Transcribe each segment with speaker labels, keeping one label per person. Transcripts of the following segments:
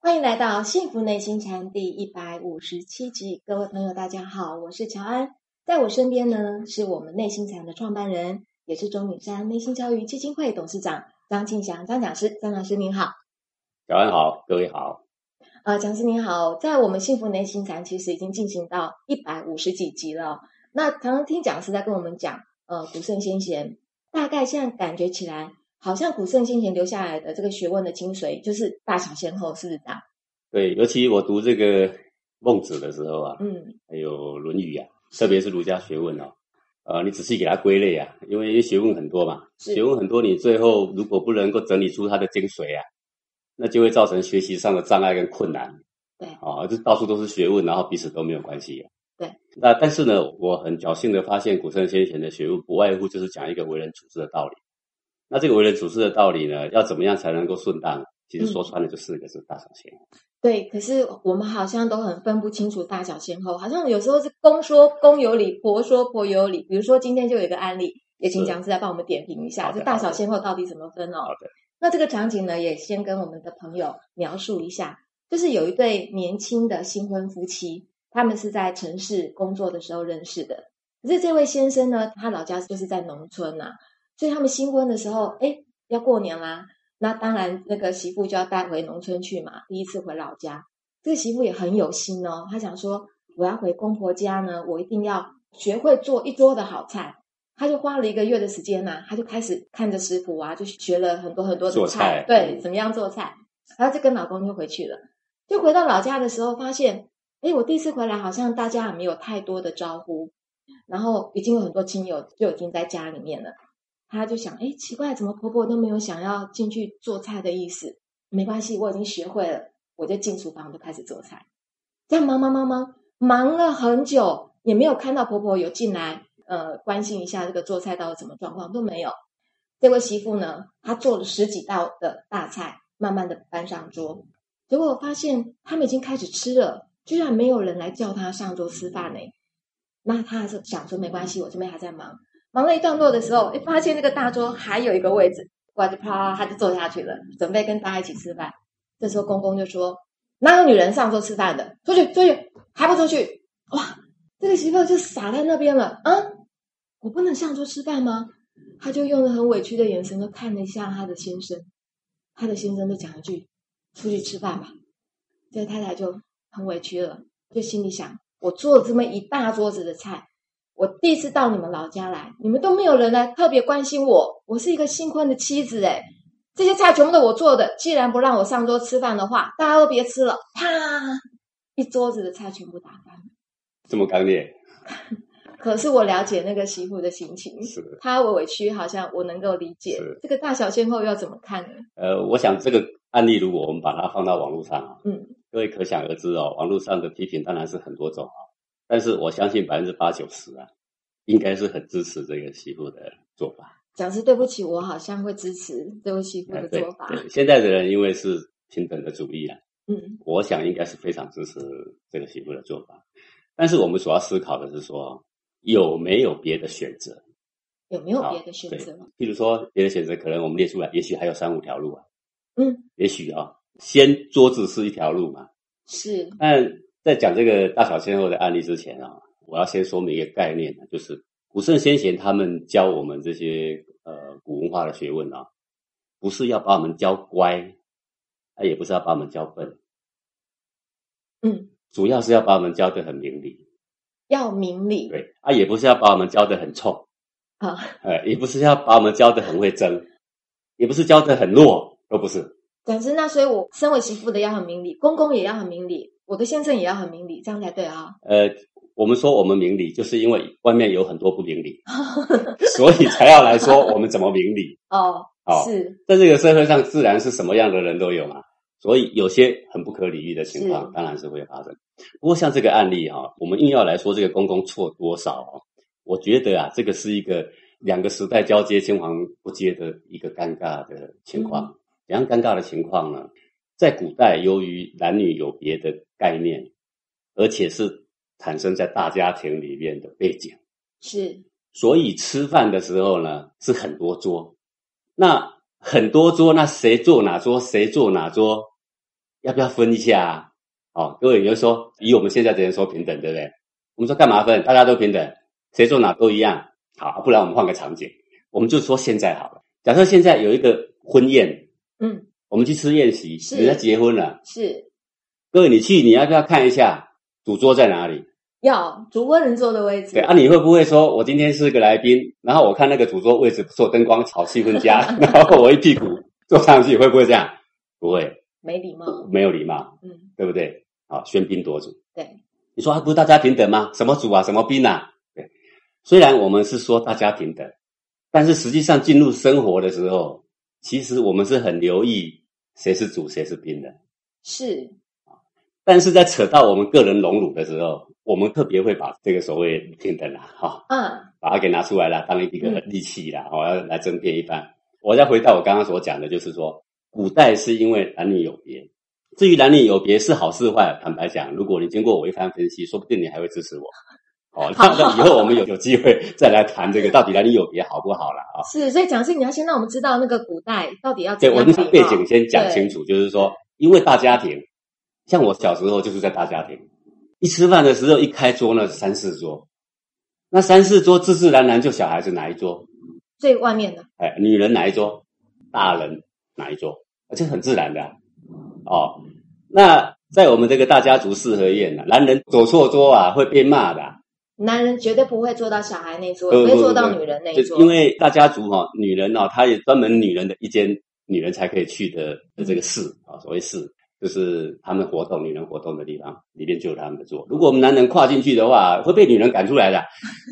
Speaker 1: 欢迎来到《幸福内心禅》第一百五十七集，各位朋友，大家好，我是乔安，在我身边呢是我们内心禅的创办人，也是钟敏山内心教育基金会董事长张庆祥张讲师，张讲师您好，
Speaker 2: 早安好，各位好。
Speaker 1: 呃，讲师您好，在我们《幸福内心禅》其实已经进行到一百五十几集了哦，那常常听讲师在跟我们讲，呃，古圣先贤，大概现在感觉起来。好像古圣先贤留下来的这个学问的精髓，就是大小先后，是不是这样？
Speaker 2: 对，尤其我读这个孟子的时候啊，
Speaker 1: 嗯
Speaker 2: 还有《论语》啊，特别是儒家学问哦，呃，你仔细给它归类啊，因为学问很多嘛，
Speaker 1: 是
Speaker 2: 学问很多，你最后如果不能够整理出它的精髓啊，那就会造成学习上的障碍跟困难。
Speaker 1: 对
Speaker 2: 啊，这到处都是学问，然后彼此都没有关系、啊。
Speaker 1: 对，
Speaker 2: 那但是呢，我很侥幸的发现，古圣先贤的学问不外乎就是讲一个为人处事的道理。那这个为人处事的道理呢，要怎么样才能够顺当？其
Speaker 1: 嗯
Speaker 2: 实说穿了就四个字：大小先后。
Speaker 1: 对，可是我们好像都很分不清楚大小先后，好像有时候是公说公有理，婆说婆有理。比如说今天就有一个案例，也请
Speaker 2: 是
Speaker 1: 讲师来帮我们点评一下，
Speaker 2: 好的
Speaker 1: 这大
Speaker 2: 好
Speaker 1: 小
Speaker 2: 的
Speaker 1: 先后到底怎么分哦
Speaker 2: 好？的，
Speaker 1: 那这个场景呢，也先跟我们的朋友描述一下，就是有一对年轻的新婚夫妻，他们是在城市工作的时候认识的。可是这位先生呢，他老家就是在农村啊呐、所以他们新婚的时候，哎，要过年啦，那当然那个媳妇就要带回农村去嘛，第一次回老家。这个媳妇也很有心哦，她想说，我要回公婆家呢，我一定要学会做一桌的好菜。她就花了一个月的时间呐、她就开始看着食谱啊，就学了很多很多的
Speaker 2: 做
Speaker 1: 菜
Speaker 2: 菜，
Speaker 1: 对，
Speaker 2: 嗯
Speaker 1: 怎么样做菜。然后就跟老公就回去了，就回到老家的时候，发现，哎，我第一次回来好像大家也没有太多的招呼，然后已经有很多亲友就已经在家里面了。她就想，哎，奇怪，怎么婆婆都没有想要进去做菜的意思？没关系，我已经学会了，我就进厨房就开始做菜。这样忙忙忙忙忙了很久，也没有看到婆婆有进来，呃，关心一下这个做菜到底什么状况都没有。这位媳妇呢，她做了十几道的大菜，慢慢的搬上桌，结果发现他们已经开始吃了，居然没有人来叫她上桌吃饭呢。那她还是想说没关系，我这边还在忙。忙了一段落的时候，哎，发现那个大桌还有一个位置，呱就啪，她就坐下去了，准备跟大家一起吃饭。这时候公公就说：“哪有女人上桌吃饭的？出去，出去，还不出去！”哇，这个媳妇就傻在那边了。啊，我不能上桌吃饭吗？她就用了很委屈的眼神，就看了一下她的先生。她的先生就讲一句：“出去吃饭吧。”这个太太就很委屈了，就心里想：我做了这么一大桌子的菜，我第一次到你们老家来，你们都没有人来特别关心我，我是一个新婚的妻子诶这些菜全部都我做的，既然不让我上桌吃饭的话，大家都别吃了。啪，一桌子的菜全部打翻了。
Speaker 2: 这么刚烈，
Speaker 1: 可是我了解那个媳妇的心情，
Speaker 2: 是的。
Speaker 1: 她委屈，好像我能够理解
Speaker 2: 是。
Speaker 1: 这个大小先后要怎么看呢？
Speaker 2: 呃，我想这个案例，如果我们把它放到网络上啊，
Speaker 1: 嗯，
Speaker 2: 各位可想而知哦，网络上的批评当然是很多种啊，但是我相信百分之八九十啊，应该是很支持这个媳妇的做法。
Speaker 1: 讲是对不起，我好像会支持这位媳妇
Speaker 2: 呃
Speaker 1: 的
Speaker 2: 对
Speaker 1: 做法。
Speaker 2: 对，现在的人因为是平等的主义啊，
Speaker 1: 嗯，
Speaker 2: 我想应该是非常支持这个媳妇的做法。但是我们所要思考的是说，有没有别的选择？
Speaker 1: 有没有
Speaker 2: 好
Speaker 1: 别的选
Speaker 2: 对
Speaker 1: 择？
Speaker 2: 譬如说别的选择，可能我们列出来，也许还有三五条路啊。
Speaker 1: 嗯，
Speaker 2: 也许啊、先桌子是一条路嘛。
Speaker 1: 是，
Speaker 2: 但在讲这个大小先后的案例之前啊，我要先说明一个概念呢，就是古圣先贤他们教我们这些呃古文化的学问啊，不是要把我们教乖，啊也不是要把我们教笨，
Speaker 1: 嗯，
Speaker 2: 主要是要把我们教得很明理，
Speaker 1: 要明理
Speaker 2: 对啊，也不是要把我们教得很冲，
Speaker 1: 啊，
Speaker 2: 呃，也不是要把我们教得很会争，也不是教得很弱，都不是。
Speaker 1: 总之，那所以我身为媳妇的要很明理，公公也要很明理，我的先生也要很明理，这样才对啊、
Speaker 2: 呃，我们说我们明理，就是因为外面有很多不明理，所以才要来说我们怎么明理。
Speaker 1: 哦，
Speaker 2: 好
Speaker 1: 是，
Speaker 2: 在这个社会上，自然是什么样的人都有嘛，所以有些很不可理喻的情
Speaker 1: 是
Speaker 2: 况当然是会发生。不过像这个案例哈、我们硬要来说这个公公错多少哦，我觉得啊，这个是一个两个时代交接、青黄不接的一个尴尬的情况。怎样尴尬的情况呢？在古代，由于男女有别的概念，而且是产生在大家庭里面的背景。
Speaker 1: 是，
Speaker 2: 所以吃饭的时候呢是很多桌，那很多桌，那谁坐哪桌，谁坐哪桌，要不要分一下啊？哦，各位，你就说以我们现在的人说平等，对不对？我们说干嘛分？大家都平等，谁做哪都一样。好，不然我们换个场景，我们就说现在好了。假设现在有一个婚宴，
Speaker 1: 嗯，
Speaker 2: 我们去吃宴席，
Speaker 1: 是
Speaker 2: 人家结婚了，
Speaker 1: 是
Speaker 2: 各位你去，你要不要看一下主桌在哪里？
Speaker 1: 要主卧人坐的位置。
Speaker 2: 对啊，你会不会说我今天是个来宾，然后我看那个主桌位置不错，灯光好，气氛佳，然后我一屁股坐上去，会不会这样？不会，
Speaker 1: 没礼貌。
Speaker 2: 没有礼貌，
Speaker 1: 嗯，
Speaker 2: 对不对？好，喧宾夺主。
Speaker 1: 对，
Speaker 2: 你说还啊不是大家平等吗？什么主啊，什么宾啊？对，虽然我们是说大家平等，但是实际上进入生活的时候，其实我们是很留意谁是主，谁是宾的。
Speaker 1: 是
Speaker 2: 但是在扯到我们个人荣辱的时候，我们特别会把这个所谓平等啊，哈、
Speaker 1: 啊，
Speaker 2: 把它给拿出来了，当一个利器啦，哦，要来争辩一番。我再回到我刚刚所讲的，就是说，古代是因为男女有别。至于男女有别是好是坏，坦白讲，如果你经过我一番分析，说不定你还会支持我。哦，那那以后我们有有机会再来谈这个到底男女有别好不好啦？啊、
Speaker 1: 是。所以讲是你要先让我们知道那个古代到底要怎
Speaker 2: 对，
Speaker 1: 样
Speaker 2: 我
Speaker 1: 礼
Speaker 2: 们把
Speaker 1: 貌
Speaker 2: 背景先讲清
Speaker 1: 楚。
Speaker 2: 楚，就是说，因为大家庭，像我小时候就是在大家庭，一吃饭的时候一开桌呢三四桌，那三四桌自自然然就小孩子哪一桌，
Speaker 1: 最外面的
Speaker 2: 哎，女人哪一桌，大人哪一桌，而且很自然的啊、哦。那在我们这个大家族四合宴呢、男人走错桌啊会被骂的啊、
Speaker 1: 男人绝对不会坐到小孩那一桌，
Speaker 2: 不
Speaker 1: 也不
Speaker 2: 呃不
Speaker 1: 会坐
Speaker 2: 不
Speaker 1: 到
Speaker 2: 不
Speaker 1: 女人那一
Speaker 2: 就是
Speaker 1: 桌。
Speaker 2: 因为大家族哈、女人哦，她也专门女人的一间女人才可以去的的
Speaker 1: 嗯
Speaker 2: 这个室啊、所谓室就是他们活动女人活动的地方，里面就有他们的座。如果我们男人跨进去的话，会被女人赶出 来的。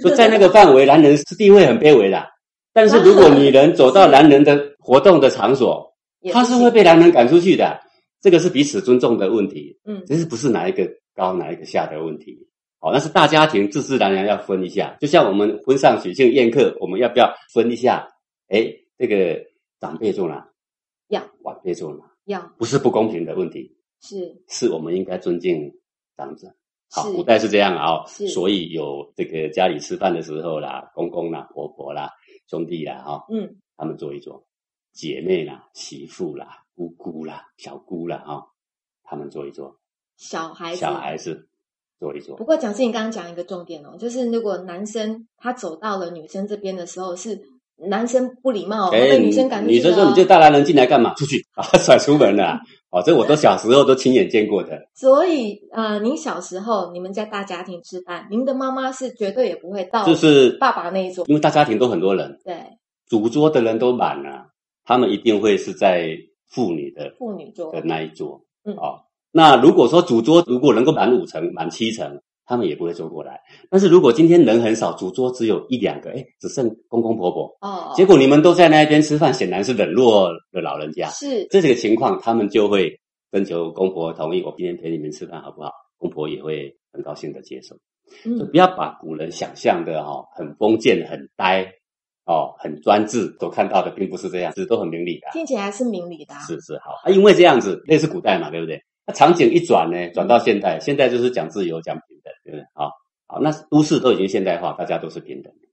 Speaker 2: 所以在那个范围，男人是地位很卑微的。啊但是如
Speaker 1: 啊
Speaker 2: 果女人走到男人的活动的场所，
Speaker 1: 也
Speaker 2: 她
Speaker 1: 不
Speaker 2: 是
Speaker 1: 行
Speaker 2: 会被男人赶出去的。这个是彼此尊重的问题，
Speaker 1: 嗯
Speaker 2: 其实不是哪一个高哪一个下的问题。好，那是大家庭自自然然要分一下，就像我们婚丧喜庆宴客，我们要不要分一下？哎，这个长辈坐哪？
Speaker 1: 要
Speaker 2: 晚辈坐哪？
Speaker 1: 要
Speaker 2: 不是不公平的问题，
Speaker 1: 是
Speaker 2: 是我们应该尊敬长者。好，
Speaker 1: 是
Speaker 2: 古代是这样啊、哦，
Speaker 1: 是
Speaker 2: 所以有这个家里吃饭的时候啦，公公啦、婆婆啦、兄弟啦，哈、哦，
Speaker 1: 嗯
Speaker 2: 他们坐一坐，姐妹啦、媳妇啦、姑姑啦、小姑啦，哈、哦，他们坐一坐，
Speaker 1: 小孩子
Speaker 2: 小孩子坐一坐
Speaker 1: 不，过蒋志颖刚刚讲一个重点哦，就是如果男生他走到了女生这边的时候，是男生不礼貌、哦，
Speaker 2: 哎，
Speaker 1: 被女生赶出去
Speaker 2: 女
Speaker 1: 了
Speaker 2: 生
Speaker 1: 哦、
Speaker 2: 说你这大男人进来干嘛？出去， 把他甩出门了啊。哦，这我都小时候都亲眼见过的。
Speaker 1: 所以呃，您小时候你们在大家庭吃饭，您的妈妈是绝对也不会到
Speaker 2: 就是
Speaker 1: 爸爸那一桌，
Speaker 2: 因为大家庭都很多人，
Speaker 1: 对，
Speaker 2: 主桌的人都满了，他们一定会是在妇女的
Speaker 1: 妇女桌
Speaker 2: 的那一桌。
Speaker 1: 嗯
Speaker 2: 哦，那如果说主桌如果能够满五成、满七成，他们也不会坐过来。但是如果今天人很少，主桌只有一两个，哎，只剩公公婆婆，
Speaker 1: 哦，
Speaker 2: 结果你们都在那边吃饭，显然是冷落了老人家。
Speaker 1: 是
Speaker 2: 这个情况，他们就会征求公婆同意，我今天陪你们吃饭好不好？公婆也会很高兴的接受。就
Speaker 1: 嗯
Speaker 2: 不要把古人想象的哈、哦、很封建、很呆哦、很专制，所看到的并不是这样，其实都很明理的啊、
Speaker 1: 听起来是明理的、啊，
Speaker 2: 是是好啊，因为这样子，类似古代嘛，对不对？那场景一转呢，转到现代，现代就是讲自由、讲平等，对不对？好，好，那都市都已经现代化，大家都是平等的，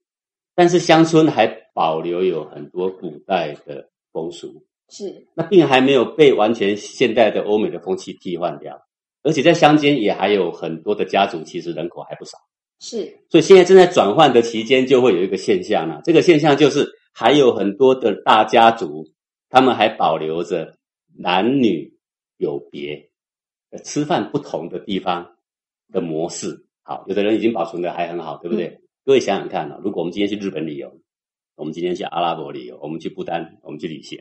Speaker 2: 但是乡村还保留有很多古代的风俗，
Speaker 1: 是
Speaker 2: 那并还没有被完全现代的欧美的风气替换掉，而且在乡间也还有很多的家族，其实人口还不少，
Speaker 1: 是
Speaker 2: 所以现在正在转换的期间，就会有一个现象啊呢、这个现象就是还有很多的大家族，他们还保留着男女有别、呃吃饭不同的地方的模式。好，有的人已经保存的还很好，对不对？各位想想看啊、如果我们今天去日本旅游，我们今天去阿拉伯旅游，我们去不丹，我们去旅行，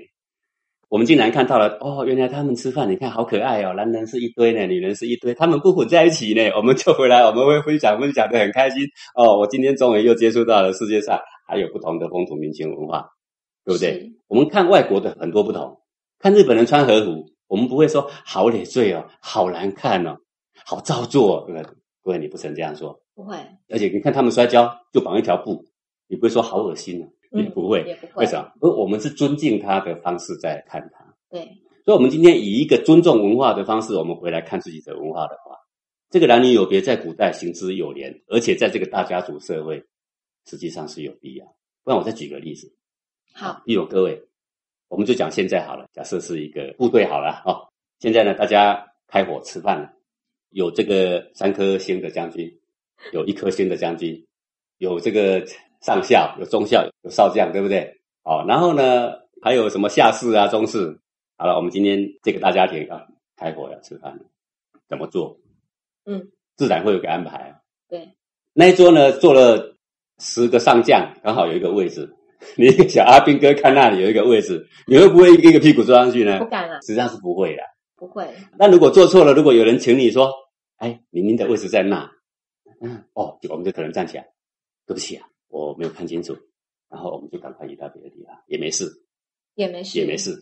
Speaker 2: 我们竟然看到了哦，原来他们吃饭，你看好可爱哦，男人是一堆呢，女人是一堆，他们不混在一起呢。我们就回来，我们会分享分享的很开心哦。我今天终于又接触到了世界上还有不同的风土民情文化，对不对？
Speaker 1: 是
Speaker 2: 我们看外国的很多不同，看日本人穿和服，我们不会说好累赘哦，好难看哦，好造作、哦，对不对？各位你不曾这样说，
Speaker 1: 不会，
Speaker 2: 而且你看他们摔跤就绑一条布，你不会说好恶心哦，你
Speaker 1: 嗯
Speaker 2: 不会，
Speaker 1: 也不会，
Speaker 2: 为什么？而我们是尊敬他的方式在看他。
Speaker 1: 对，
Speaker 2: 所以，我们今天以一个尊重文化的方式，我们回来看自己的文化的话，这个男女有别在古代行之有年，而且在这个大家族社会，实际上是有必要。不然，我再举个例子，
Speaker 1: 好，
Speaker 2: 例如各位，我们就讲现在好了，假设是一个部队好了哦，现在呢，大家开火吃饭了，有这个三颗星的将军，有一颗星的将军，有这个上校，有中校，有少将，对不对？哦，然后呢，还有什么下士啊、中士？好了，我们今天这个大家庭要开火要吃饭了，怎么做？
Speaker 1: 嗯，
Speaker 2: 自然会有个安排啊。
Speaker 1: 对，
Speaker 2: 那一桌呢，坐了十个上将，刚好有一个位置。 你一个小阿兵哥看那里有一个位置，你会不会一个一个屁股坐上去 呢
Speaker 1: 不？敢啊，
Speaker 2: 实际上是不会的。
Speaker 1: 不会，
Speaker 2: 那如果做错了，如果有人请你说：“哎，你您的位置在那。”嗯，哦，就我们就可能站起来，对不起啊，我没有看清楚。然后我们就赶快移到别的地方，也没事，
Speaker 1: 也没事，
Speaker 2: 也没。事，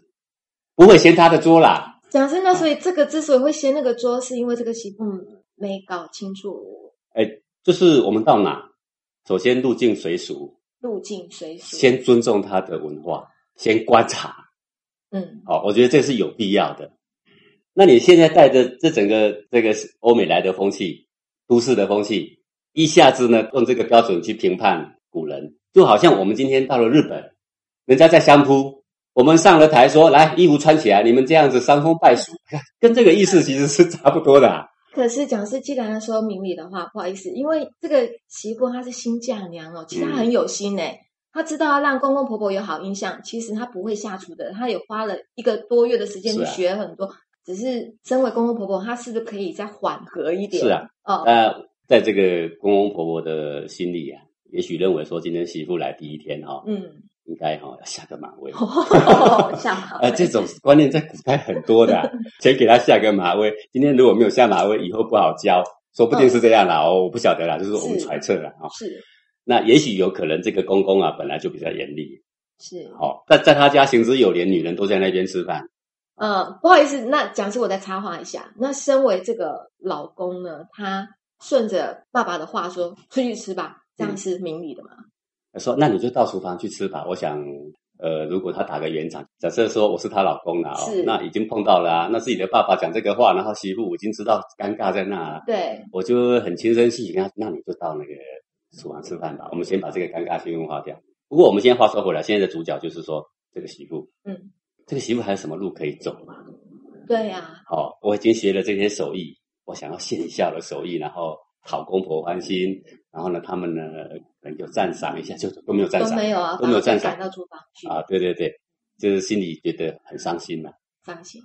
Speaker 2: 不会嫌他的桌啦。
Speaker 1: 讲真
Speaker 2: 嗯
Speaker 1: 的，所以这个之所以会掀那个桌，是因为这个媳妇没搞清楚
Speaker 2: 就是我们到哪，首先入境随俗，
Speaker 1: 入境随俗。
Speaker 2: 先尊重他的文化，先观察。
Speaker 1: 嗯，
Speaker 2: 哦，我觉得这是有必要的。那你现在带着这整个这个欧美来的风气、都市的风气，一下子呢用这个标准去评判古人，就好像我们今天到了日本，人家在相扑，我们上了台说来衣服穿起来，你们这样子伤风败俗， 跟这个意思其实是差不多的、啊。
Speaker 1: 可是讲是既然说明理的话，不好意思，因为这个媳妇她是新嫁娘
Speaker 2: 嗯
Speaker 1: 哦，其实她很有心哎、她知道要让公公婆婆有好印象，其实她不会下厨的，她也花了一个多月的时间
Speaker 2: 是
Speaker 1: 去
Speaker 2: 啊
Speaker 1: 学很多。只是身为公公婆婆，她是不是可以再缓和一点？
Speaker 2: 是啊，
Speaker 1: 哦，
Speaker 2: 那在这个公公婆婆的心里啊，也许认为说今天媳妇来第一天哈、哦，
Speaker 1: 嗯，
Speaker 2: 应该哈、哦、要下个马威。
Speaker 1: 像好
Speaker 2: 呃，这种观念在古代很 多的啊、先给他下个马威。今天如果没有下马威，以后不好教，说不定是这样啦。哦，我不晓得啦，就是我们
Speaker 1: 嗯是
Speaker 2: 揣测啦。哦，
Speaker 1: 是
Speaker 2: 那也许有可能这个公公啊，本来就比较严厉。
Speaker 1: 是，
Speaker 2: 哦，但在他家行之有年，女人都在那边吃饭。
Speaker 1: 嗯，不好意思，那讲师我再插话一下。那身为这个老公呢，他顺着爸爸的话说出去吃吧，这
Speaker 2: 嗯
Speaker 1: 样是明理的嘛？
Speaker 2: 说那你就到厨房去吃吧。我想，呃，如果他打个圆场，假设说我是她老公啦、哦
Speaker 1: 是，
Speaker 2: 那已经碰到了、啊，那自己的爸爸讲这个话，然后媳妇已经知道尴尬在那、啊，
Speaker 1: 对，
Speaker 2: 我就很轻声细语跟他说：“那你就到那个厨房吃饭吧，我们先把这个尴尬气氛化掉。”不过我们现在话说回来，现在的主角就是说这个媳妇，
Speaker 1: 嗯，
Speaker 2: 这个媳妇还有什么路可以走嘛？
Speaker 1: 对呀、
Speaker 2: 好、哦，我已经学了这些手艺，我想要献一下我的手艺，然后讨公婆欢心，然后呢，他们呢可能就赞赏一下，就都没有赞
Speaker 1: 都
Speaker 2: 赏
Speaker 1: 没有啊，
Speaker 2: 都没有赞赏
Speaker 1: 赶到厨房去，
Speaker 2: 啊，对对对，就是心里觉得很伤心呐、
Speaker 1: 伤心。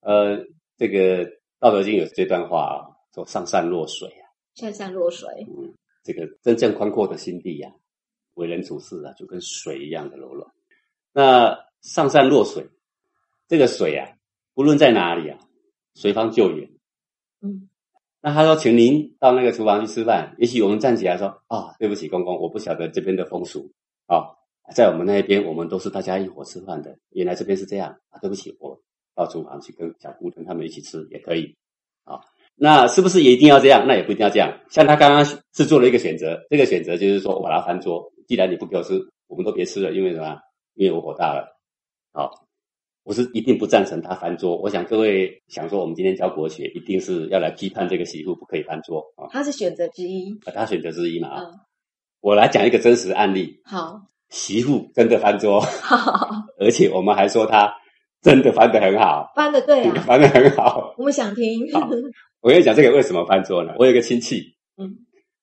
Speaker 2: 呃，这个《道德经》有这段话啊，说“上善若水”啊。
Speaker 1: 善善若水，
Speaker 2: 这个真正宽阔的心地呀、为人处事啊，就跟水一样的柔软。那上善若水，这个水啊，不论在哪里啊，随方救援。
Speaker 1: 嗯，
Speaker 2: 那他说，请您到那个厨房去吃饭。也许我们站起来说，哦，对不起，公公，我不晓得这边的风俗。哦，在我们那边，我们都是大家一伙吃饭的。原来这边是这样啊，对不起，我到厨房去跟小姑跟他们一起吃也可以。那是不是也一定要这样？那也不一定要这样。像他刚刚是做了一个选择，这个选择就是说我把它翻桌，既然你不给我吃，我们都别吃了，因为什么？因为我火大了。好，我是一定不赞成他翻桌。我想各位想说，我们今天教国学，一定是要来批判这个媳妇不可以翻桌啊，
Speaker 1: 他是选择之一。
Speaker 2: 他选择之一嘛啊
Speaker 1: 嗯。
Speaker 2: 我来讲一个真实案例，
Speaker 1: 好，
Speaker 2: 媳妇真的翻 桌，
Speaker 1: 好，
Speaker 2: 而且我们还说她真的翻得很嗯好，
Speaker 1: 翻的对啊，
Speaker 2: 翻得很好。
Speaker 1: 我们想听。
Speaker 2: 好我跟你讲这个为什么翻桌呢？我有一个亲戚，
Speaker 1: 嗯，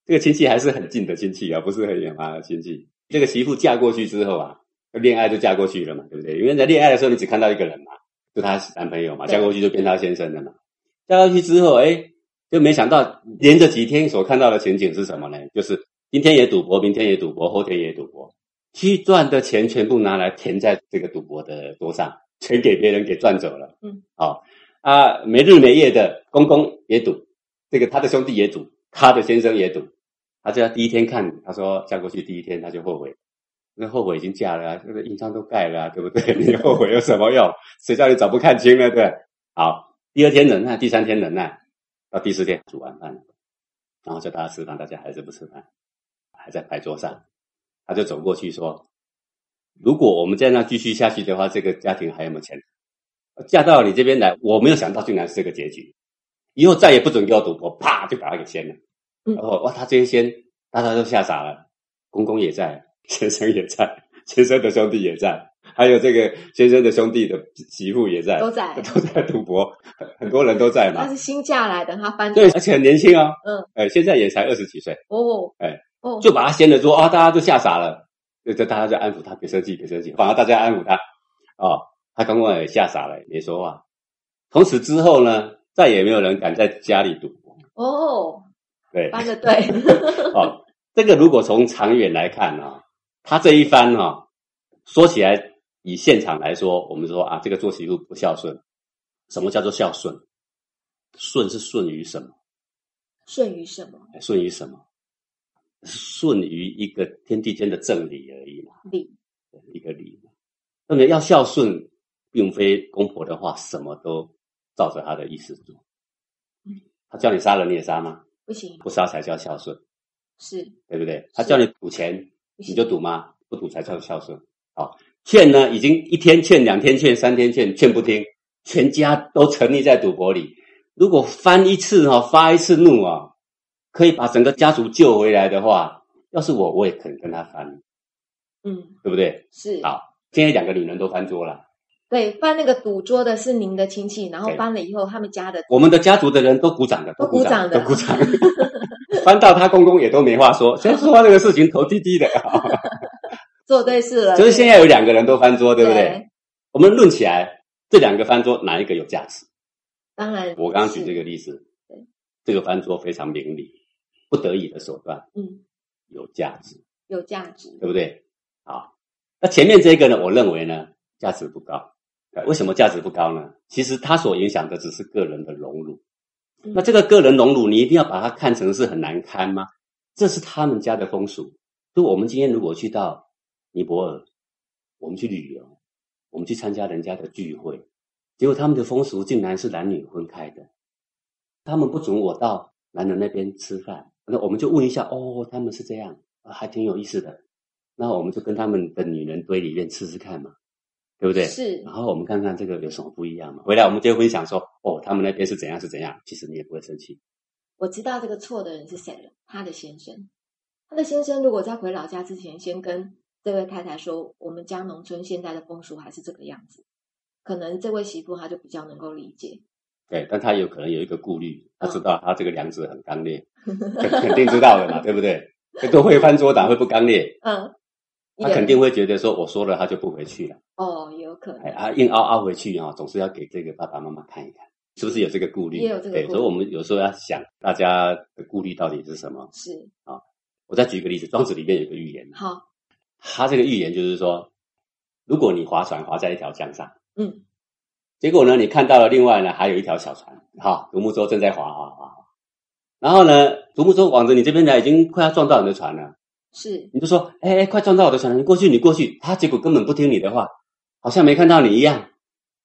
Speaker 2: 这个亲戚还是很近的亲戚啊，不是很远房的亲戚。这个媳妇嫁过去之后啊，恋爱就嫁过去了嘛，对不对？因为在恋爱的时候你只看到一个人嘛，就她男朋友嘛，
Speaker 1: 对
Speaker 2: 嫁过去就变她先生了嘛。嫁过去之后，哎，就没想到连着几天所看到的情景是什么呢？就是今天也赌博，明天也赌博，后天也赌博，去赚的钱全部拿来填在这个赌博的桌上，全给别人给赚走了。
Speaker 1: 嗯，
Speaker 2: 好、啊，没日没夜的，公公也赌，这个他的兄弟也赌，他的先生也赌。他在第一天看，他说嫁过去第一天他就后悔，那后悔已经嫁了、啊，这个印章都盖了、啊，对不对？ 你后悔有什么用？谁叫你早不看清呢？对，好，第二天忍耐，第三天忍耐，到第四天煮完饭，然后叫大家吃饭，大家还是不吃饭，还在牌桌上，他就走过去说：“如果我们再让继续下去的话，这个家庭还有没有钱？嫁到你这边来，我没有想到竟然是这个结局，以后再也不准给我赌博，啪就把他给掀了。
Speaker 1: 嗯
Speaker 2: 然后哇，他这一掀， 大家都吓傻了，公公也在，先生也在，先生的兄弟也在，还有这个先生的兄弟的媳妇也在，
Speaker 1: 都在
Speaker 2: 都在赌博，很多人都在
Speaker 1: 他
Speaker 2: 嘛。
Speaker 1: 是新嫁来的，他翻
Speaker 2: 对，而且很年轻啊，
Speaker 1: 嗯，
Speaker 2: 呃，现在也才二十几岁，
Speaker 1: 哦，
Speaker 2: 哎
Speaker 1: 哦，
Speaker 2: 就把他掀了桌啊，大家都吓傻了，就就大家就安抚他，别生气，别生气，反而大家安抚他，哦，他刚刚也吓傻了，也没说话。从此之后呢，再也没有人敢在家里赌博，
Speaker 1: 哦，
Speaker 2: 对，
Speaker 1: 翻的对，
Speaker 2: 哦，这个如果从长远来看呢、他这一番呢、说起来以现场来说，我们说啊，这个做媳妇不孝顺。什么叫做孝顺？顺是顺于什么？
Speaker 1: 顺于什么
Speaker 2: 顺于什么？顺于一个天地间的正理而已嘛，
Speaker 1: 理？
Speaker 2: 一个理嘛。那么要孝顺，并非公婆的话什么都照着他的意思做
Speaker 1: 嗯。
Speaker 2: 他叫你杀人，你也杀吗？
Speaker 1: 不行，
Speaker 2: 不杀才叫孝顺，
Speaker 1: 是
Speaker 2: 对不对？他叫你赌钱，
Speaker 1: 不
Speaker 2: 你
Speaker 1: 行
Speaker 2: 就赌吗？不赌才叫孝顺。好，劝呢，已经一天劝、两天劝、三天劝，劝不听，全家都沉溺在赌博里。如果翻一次哈、发一次怒啊、可以把整个家族救回来的话，要是我，我也肯跟他翻，
Speaker 1: 嗯，
Speaker 2: 对不对？
Speaker 1: 是
Speaker 2: 好现在两个女人都翻桌了，
Speaker 1: 对，翻那个赌桌的是您的亲戚，然后
Speaker 2: 对
Speaker 1: 翻了以后，他们家的
Speaker 2: 我们的家族的人都鼓掌的，
Speaker 1: 都鼓掌的
Speaker 2: 都鼓掌。 翻到他公公也都没话说，谁说这个事情头低 低的？
Speaker 1: 做对事了，
Speaker 2: 就是现在有两个人都翻桌，对不对
Speaker 1: 对？
Speaker 2: 我们论起来，这两个翻桌哪一个有价值？
Speaker 1: 当然，
Speaker 2: 我刚刚举这
Speaker 1: 个，
Speaker 2: 个例子
Speaker 1: 对，
Speaker 2: 这个翻桌非常明理，不得已的手段
Speaker 1: 嗯，
Speaker 2: 有价值，
Speaker 1: 有价值，
Speaker 2: 对不对？好，那前面这个呢，我认为呢，价值不高。呃为什么价值不高呢？其实它所影响的只是个人的荣辱。
Speaker 1: 嗯
Speaker 2: 那这个个人荣辱，你一定要把它看成是很难堪吗？这是他们家的风俗。就我们今天如果去到尼泊尔，我们去旅游，我们去参加人家的聚会，结果他们的风俗竟然是男女分开的，他们不准我到男人那边吃饭。那我们就问一下，哦，他们是这样，啊还挺有意思的。那我们就跟他们的女人堆里面吃吃看嘛，对不对？
Speaker 1: 是
Speaker 2: 然后我们看看这个有什么不一样嘛。回来我们就会想说，哦，他们那边是怎样是怎样，其实你也不会生气。
Speaker 1: 我知道这个错的人是谁了，他的先生。他的先生如果在回老家之前，先跟这位太太说，我们家农村现在的风俗还是这个样子，可能这位媳妇她就比较能够理解。
Speaker 2: 对，但他有可能有一个顾虑，他
Speaker 1: 嗯
Speaker 2: 知道他这个梁子很刚烈，肯定知道的嘛，对不对？都会翻桌，哪会不刚烈？
Speaker 1: 嗯，
Speaker 2: 他
Speaker 1: 也
Speaker 2: 肯定会觉得说，我说了他就不回去了，
Speaker 1: 哦，有可
Speaker 2: 哎，
Speaker 1: 能
Speaker 2: 啊，硬凹凹回去啊、总是要给这个爸爸妈妈看一看，是不是有这个顾虑？
Speaker 1: 也有这个
Speaker 2: 对，
Speaker 1: 顾虑
Speaker 2: 所以我们有时候要想大家的顾虑到底是什么。
Speaker 1: 是
Speaker 2: 我再举一个例子，庄子里面有个寓言，
Speaker 1: 好，
Speaker 2: 他这个预言就是说，如果你划船划在一条江上，
Speaker 1: 嗯，
Speaker 2: 结果呢，你看到了另外呢还有一条小船，哈，独木舟正在划划划划，然后呢，独木舟往着你这边来，已经快要撞到你的船了，
Speaker 1: 是
Speaker 2: 你就说，哎哎，快撞到我的船了，你过去，你过去，他结果根本不听你的话，好像没看到你一样，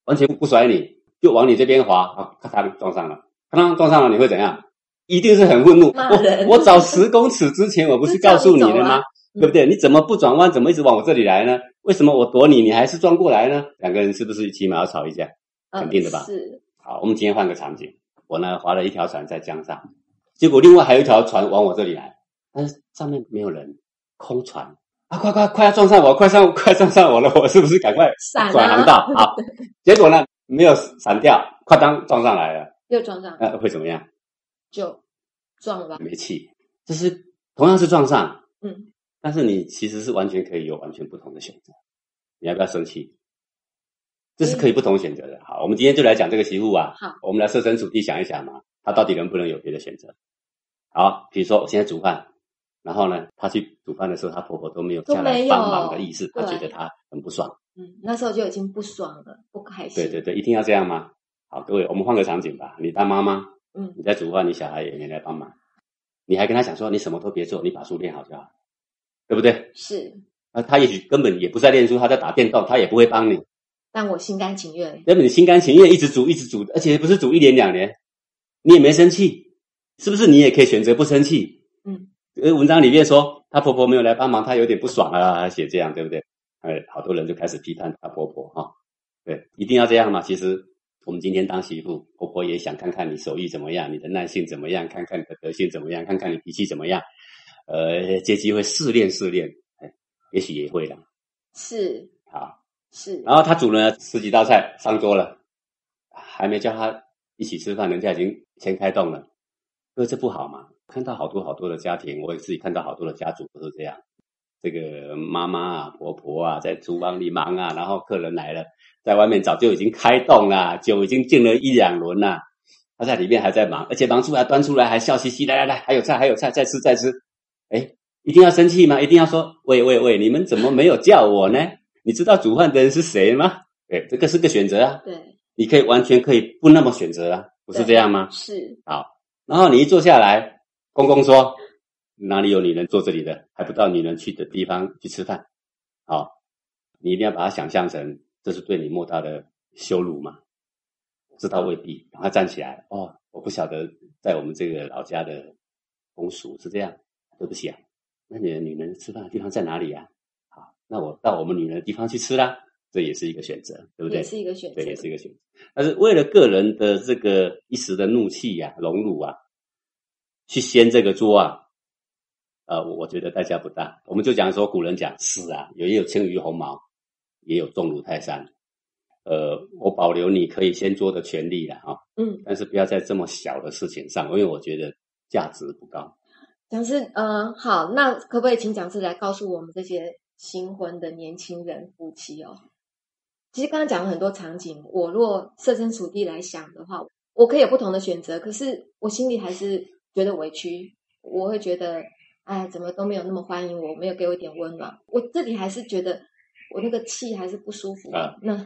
Speaker 2: 完全不甩你，就往你这边划，啊，咔嚓撞上了，咔嚓撞上了，你会怎样？一定是很愤怒，
Speaker 1: 骂人
Speaker 2: 我我早十公尺之前我不是告诉你
Speaker 1: 就
Speaker 2: 了
Speaker 1: 叫你走
Speaker 2: 吗
Speaker 1: 啊？
Speaker 2: 对不对？你怎么不转弯？怎么一直往我这里来呢？为什么我躲你，你还是撞过来呢？两个人是不是起码要吵一架？
Speaker 1: 嗯
Speaker 2: 肯定的吧
Speaker 1: 是
Speaker 2: 好，我们今天换个场景，我呢划了一条船在江上，结果另外还有一条船往我这里来，但是上面没有人，空船啊！快快快要撞上我，快上快撞上我了，我是不是赶快
Speaker 1: 闪
Speaker 2: 转
Speaker 1: 啊
Speaker 2: 航，道？好，结果呢没有闪掉，哐当撞上来了，
Speaker 1: 又撞上
Speaker 2: 那、会怎么样？
Speaker 1: 就撞了吧，
Speaker 2: 没气，就是同样是撞上，
Speaker 1: 嗯，
Speaker 2: 但是你其实是完全可以有完全不同的选择。你要不要生气？这是可以不同选择的。好，我们今天就来讲这个媳妇啊。
Speaker 1: 好，
Speaker 2: 我们来设身处地想一想嘛，她到底能不能有别的选择？好，比如说我现在煮饭，然后呢，她去煮饭的时候，她婆婆都没有
Speaker 1: 都
Speaker 2: 下来
Speaker 1: 没有
Speaker 2: 帮忙的意思，她
Speaker 1: 对
Speaker 2: 觉得她很不爽。
Speaker 1: 嗯，那时候就已经不爽了，不开心，
Speaker 2: 对对对，一定要这样吗？好，各位，我们换个场景吧。你当妈妈，
Speaker 1: 嗯
Speaker 2: 你在煮饭，你小孩也没来帮忙，你还跟他讲说你什么都别做，你把书练好就好，对不对？
Speaker 1: 是，
Speaker 2: 那他也许根本也不在练书，他在打电动，他也不会帮你。
Speaker 1: 但我心甘情愿，
Speaker 2: 那么你心甘情愿一直煮，一直煮，而且不是煮一年两年，你也没生气，是不是？你也可以选择不生气。
Speaker 1: 嗯，
Speaker 2: 呃，文章里面说她婆婆没有来帮忙，她有点不爽啊，她写这样对不对？哎，好多人就开始批判她婆婆哈、对，一定要这样嘛？其实我们今天当媳妇，婆婆也想看看你手艺怎么样，你的耐性怎么样，看看你的德性怎么样，看看你脾气怎么样。呃，借机会试炼试炼，哎，也许也会啦。
Speaker 1: 是
Speaker 2: 好，
Speaker 1: 是，
Speaker 2: 然后他煮了十几道菜上桌了，还没叫他一起吃饭，人家已经先开动了，因为这不好嘛。看到好多好多的家庭，我也自己看到好多的家族都是这样，这个妈妈啊、婆婆啊，在厨房里忙啊，然后客人来了，在外面早就已经开动啦，酒已经敬了一两轮啦，他在里面还在忙，而且忙出来端出来还笑嘻嘻，来来来，还有菜，还有菜，再吃再吃，哎，一定要生气吗？一定要说喂喂喂，你们怎么没有叫我呢？你知道煮饭的人是谁吗？哎，这个是个选择啊，
Speaker 1: 对，
Speaker 2: 你可以完全可以不那么选择啊，不是这样吗？
Speaker 1: 是，
Speaker 2: 然后你一坐下来，公公说：“哪里有女人坐这里的？还不到女人去的地方去吃饭。”好，你一定要把它想象成这是对你莫大的羞辱嘛？知道未必，然后站起来哦，我不晓得在我们这个老家的风俗是这样，对不起啊，那你的女人吃饭的地方在哪里呀、好，那我到我们女人的地方去吃啦，这也是一个选择，对不对？
Speaker 1: 也是一个选择
Speaker 2: 对，，也是一个选择。但是为了个人的这个一时的怒气呀、荣辱啊，去掀这个桌啊，呃，我我觉得代价不大。我们就讲说，古人讲是啊，有也有轻于鸿毛，也有重如泰山。呃，我保留你可以掀桌的权利了啊、哦
Speaker 1: 嗯，
Speaker 2: 但是不要在这么小的事情上，因为我觉得价值不高。
Speaker 1: 讲师，嗯、好，那可不可以请讲师来告诉我们这些新婚的年轻人夫妻哦？其实刚刚讲了很多场景，我若设身处地来想的话，我可以有不同的选择，可是我心里还是觉得委屈，我会觉得，哎，怎么都没有那么欢迎我，没有给我一点温暖，我这里还是觉得我那个气还是不舒服。
Speaker 2: 啊
Speaker 1: 那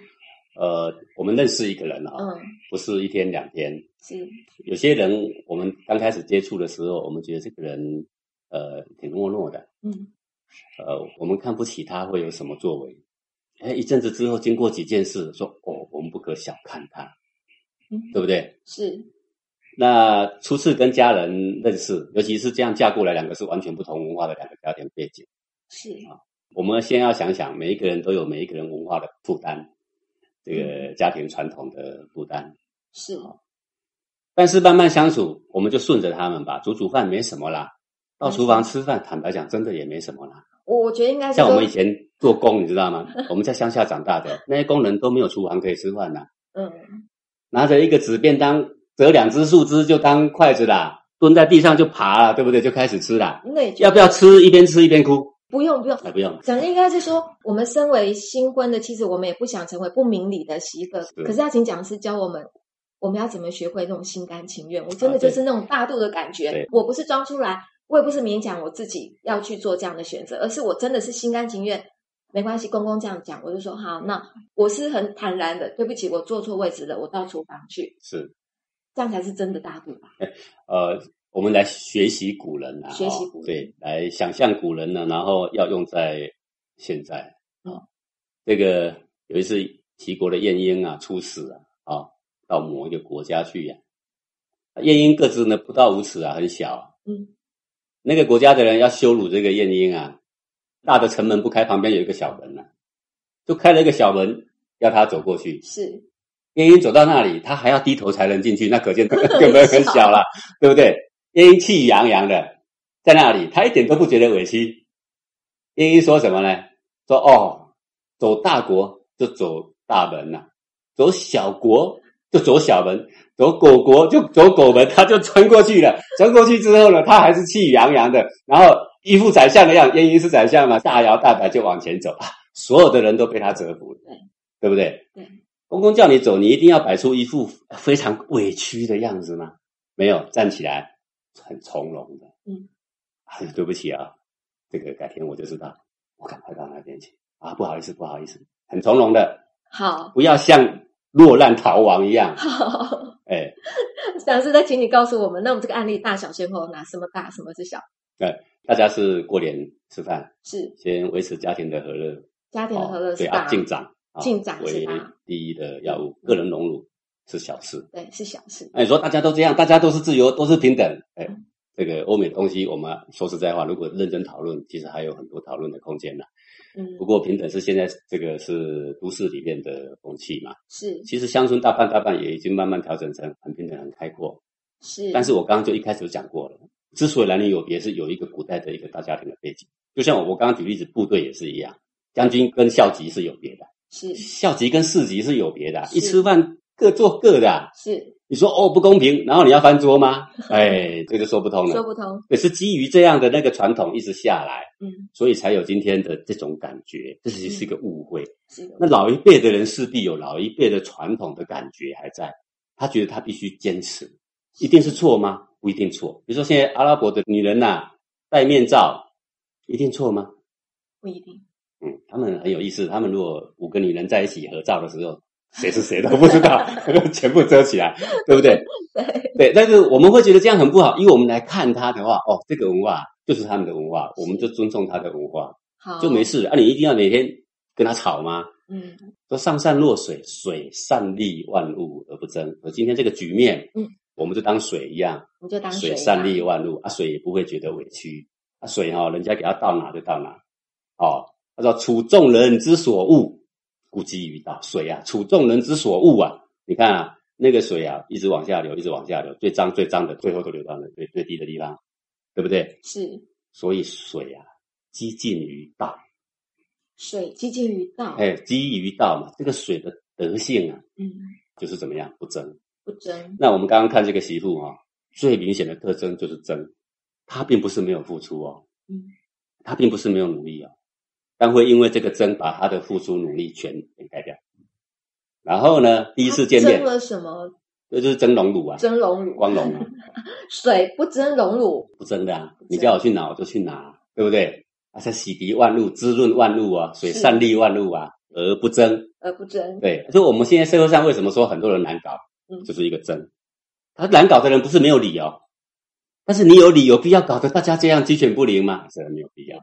Speaker 2: 呃，我们认识一个人啊、
Speaker 1: 嗯，
Speaker 2: 不是一天两天，
Speaker 1: 是
Speaker 2: 有些人我们刚开始接触的时候，我们觉得这个人呃挺懦弱的，
Speaker 1: 嗯
Speaker 2: 呃，我们看不起他会有什么作为？哎，一阵子之后，经过几件事，说哦，我们不可小看他，
Speaker 1: 嗯
Speaker 2: 对不对？
Speaker 1: 是
Speaker 2: 那初次跟家人认识，尤其是这样嫁过来两个是完全不同文化的两个家庭背景，
Speaker 1: 是
Speaker 2: 我们先要想想，每一个人都有每一个人文化的负担，这个家庭传统的负担。
Speaker 1: 是
Speaker 2: 但是慢慢相处，我们就顺着他们吧，煮煮饭没什么啦，到厨房吃饭，坦白讲，真的也没什么啦。
Speaker 1: 我我觉得应该是
Speaker 2: 像我
Speaker 1: 说
Speaker 2: 们以前做工，你 知道吗？我们在乡下长大的，那些工人都没有厨房可以吃饭呐、
Speaker 1: 嗯
Speaker 2: 拿着一个纸便当，折两只树枝就当筷子啦，蹲在地上就爬了，对不对？就开始吃啦。
Speaker 1: 那也觉
Speaker 2: 要不要吃？一边吃一边哭？
Speaker 1: 不用不用，
Speaker 2: 哎，不用。
Speaker 1: 讲的应该是说，我们身为新婚的妻子，我们也不想成为不明理的媳妇儿。
Speaker 2: 是
Speaker 1: 可是要请讲师教我们，我们要怎么学会那种心甘情愿？我真的就是那种大度的感觉，
Speaker 2: 啊对对
Speaker 1: 我不是装出来，我也不是勉强我自己要去做这样的选择，而是我真的是心甘情愿。没关系，公公这样讲，我就说好，那我是很坦然的。对不起，我坐错位置了，我到厨房去，
Speaker 2: 是，
Speaker 1: 这样才是真的大度吧？
Speaker 2: 呃，我们来学习古人啊，
Speaker 1: 学习古人
Speaker 2: 哦对，来想象古人呢，然后要用在现在啊、
Speaker 1: 嗯
Speaker 2: 哦这个有一次，齐国的晏婴啊出使啊，啊、到某一个国家去呀、晏婴个子呢不到五尺啊，很小啊、
Speaker 1: 嗯，
Speaker 2: 那个国家的人要羞辱这个晏婴啊，大的城门不开，旁边有一个小门啊，就开了一个小门，要他走过去。
Speaker 1: 是
Speaker 2: 晏婴走到那里，他还要低头才能进去， 那可见根本很小了，对不对？晏婴气洋洋的在那里，他一点都不觉得委屈。晏婴说什么呢？说哦，走大国就走大门呐、走小国就走小门，走狗国就走狗门，他就穿过去了。穿过去之后呢，他还是气洋洋的，然后一副宰相的样。晏婴是宰相嘛，大摇大摆就往前走啊，所有的人都被他折服了，
Speaker 1: 对
Speaker 2: 对不对？
Speaker 1: 对。
Speaker 2: 公公叫你走，你一定要摆出一副非常委屈的样子吗？没有，站起来，很从容的。
Speaker 1: 嗯，
Speaker 2: 哎，对不起啊，这个改天我就知道，我赶快到那边去啊，不好意思，不好意思，很从容的，
Speaker 1: 好，
Speaker 2: 不要像落难逃亡一样。
Speaker 1: 好。
Speaker 2: 哎，
Speaker 1: 讲师再请你告诉我们，那我们这个案例大小先后，哪什么大，什么是小？
Speaker 2: 大家是过年吃饭，
Speaker 1: 是
Speaker 2: 先维持家庭的和乐，
Speaker 1: 家庭的和乐是
Speaker 2: 对啊，
Speaker 1: 大，
Speaker 2: 进长，啊
Speaker 1: 进长是
Speaker 2: 为
Speaker 1: 大
Speaker 2: 第一的要务，个人荣辱是小事。
Speaker 1: 对是小事，
Speaker 2: 哎那你说大家都这样，大家都是自由，都是平等，哎
Speaker 1: 嗯，
Speaker 2: 这个欧美东西，我们说实在话，如果认真讨论，其实还有很多讨论的空间呢。
Speaker 1: 嗯，
Speaker 2: 不过平等是现在这个是都市里面的风气嘛，
Speaker 1: 是
Speaker 2: 其实乡村大半大半也已经慢慢调整成很平等、很开阔。
Speaker 1: 是，
Speaker 2: 但是我刚刚就一开始就讲过了，之所以男女有别，是有一个古代的一个大家庭的背景。就像我我刚刚举例子，部队也是一样，将军跟校级是有别的，
Speaker 1: 是
Speaker 2: 校级跟市级是有别的啊、
Speaker 1: 是
Speaker 2: 一吃饭各做各的啊、
Speaker 1: 是
Speaker 2: 你说哦不公平，然后你要翻 桌吗？哎，这就说不通
Speaker 1: 说
Speaker 2: 了。
Speaker 1: 不通，
Speaker 2: 也是基于这样的那个传统一直下来，
Speaker 1: 嗯，
Speaker 2: 所以才有今天的这种感觉。这其实是一个误会。
Speaker 1: 是的
Speaker 2: 那老一辈的人势必有老一辈的传统的感觉还在，他觉得他必须坚持，一定是错吗？不一定错。比如说现在阿拉伯的女人呐、戴面罩，一定错吗？
Speaker 1: 不一定，
Speaker 2: 嗯，他们很有意思。他们如果五个女人在一起合照的时候， 谁是谁都不知道， 全部遮起来，对不对？
Speaker 1: 对，
Speaker 2: 对。但是我们会觉得这样很不好，因为我们来看他的话，哦，这个文化就是他们的文化，我们就尊重他的文化
Speaker 1: 好，
Speaker 2: 就没，事了。啊，你一定要每天跟他吵吗？
Speaker 1: 嗯，
Speaker 2: 说上善若水，水善利万物而不争。而今天这个局面，
Speaker 1: 嗯，
Speaker 2: 我们就当水一样，
Speaker 1: 你就当
Speaker 2: 水
Speaker 1: 吧
Speaker 2: 善利，万物啊，水也不会觉得委屈啊，水哈、人家给他到哪就到哪，哦，他说处众人之所恶，故几于道。水啊，处众人之所恶啊，你看啊，那个水啊，一直往下流，一直往下流，最脏最脏的，最后都流到了最最低的地方，对不对？
Speaker 1: 是
Speaker 2: 所以水啊，几近于道，
Speaker 1: 水接近于道，
Speaker 2: 哎，基于道嘛，这个水的德性啊，
Speaker 1: 嗯，
Speaker 2: 就是怎么样不争。
Speaker 1: 不争，
Speaker 2: 那我们刚刚看这个媳妇啊、最明显的特征就是争，她并不是没有付出哦，
Speaker 1: 嗯，
Speaker 2: 她并不是没有努力哦，但会因为这个争把她的付出努力全掩盖掉。然后呢，第一次见
Speaker 1: 啊
Speaker 2: 面
Speaker 1: 争，了什么？
Speaker 2: 这就是蒸龙乳啊，
Speaker 1: 蒸荣乳，
Speaker 2: 光荣啊，
Speaker 1: 水不争荣辱，
Speaker 2: 不争 的啊，
Speaker 1: 争
Speaker 2: 你叫我去拿我就去拿，对不对？啊，它洗涤万物，滋润万物啊，水
Speaker 1: 是
Speaker 2: 善利万物啊，而不争，
Speaker 1: 而不争，
Speaker 2: 对，所以我们现在社会上为什么说很多人难搞，
Speaker 1: 嗯
Speaker 2: 就是一个争。他难搞的人不是没有理由，但是你有理由必要搞得大家这样鸡犬不宁吗？是没有必要。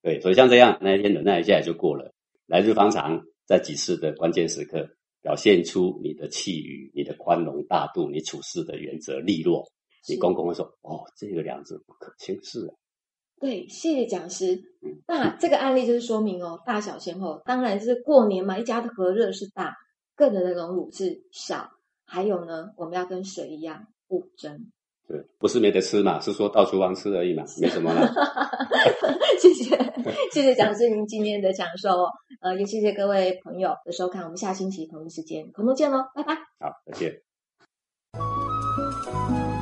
Speaker 2: 对，所以像这样那一天忍耐一下也就过了。来日方长，在几次的关键时刻，表现出你的气宇、你的宽容大度、你处事的原则利落。你
Speaker 1: 是
Speaker 2: 公公会说：“哦，这个两字不可轻视啊。
Speaker 1: 对，谢谢讲师
Speaker 2: 嗯。
Speaker 1: 那这个案例就是说明哦，大小先后，当然是过年嘛，一家的和热是大，个人的荣辱是小。还有呢，我们要跟水一样不争。”
Speaker 2: 对，不是没得吃嘛，是说到厨房吃而已嘛，没什么 啦。
Speaker 1: 谢谢，谢谢讲师您今天的享受哦，呃，也谢谢各位朋友的收看，我们下星期同一时间空中见喽，拜拜。
Speaker 2: 好，再见。
Speaker 3: Thank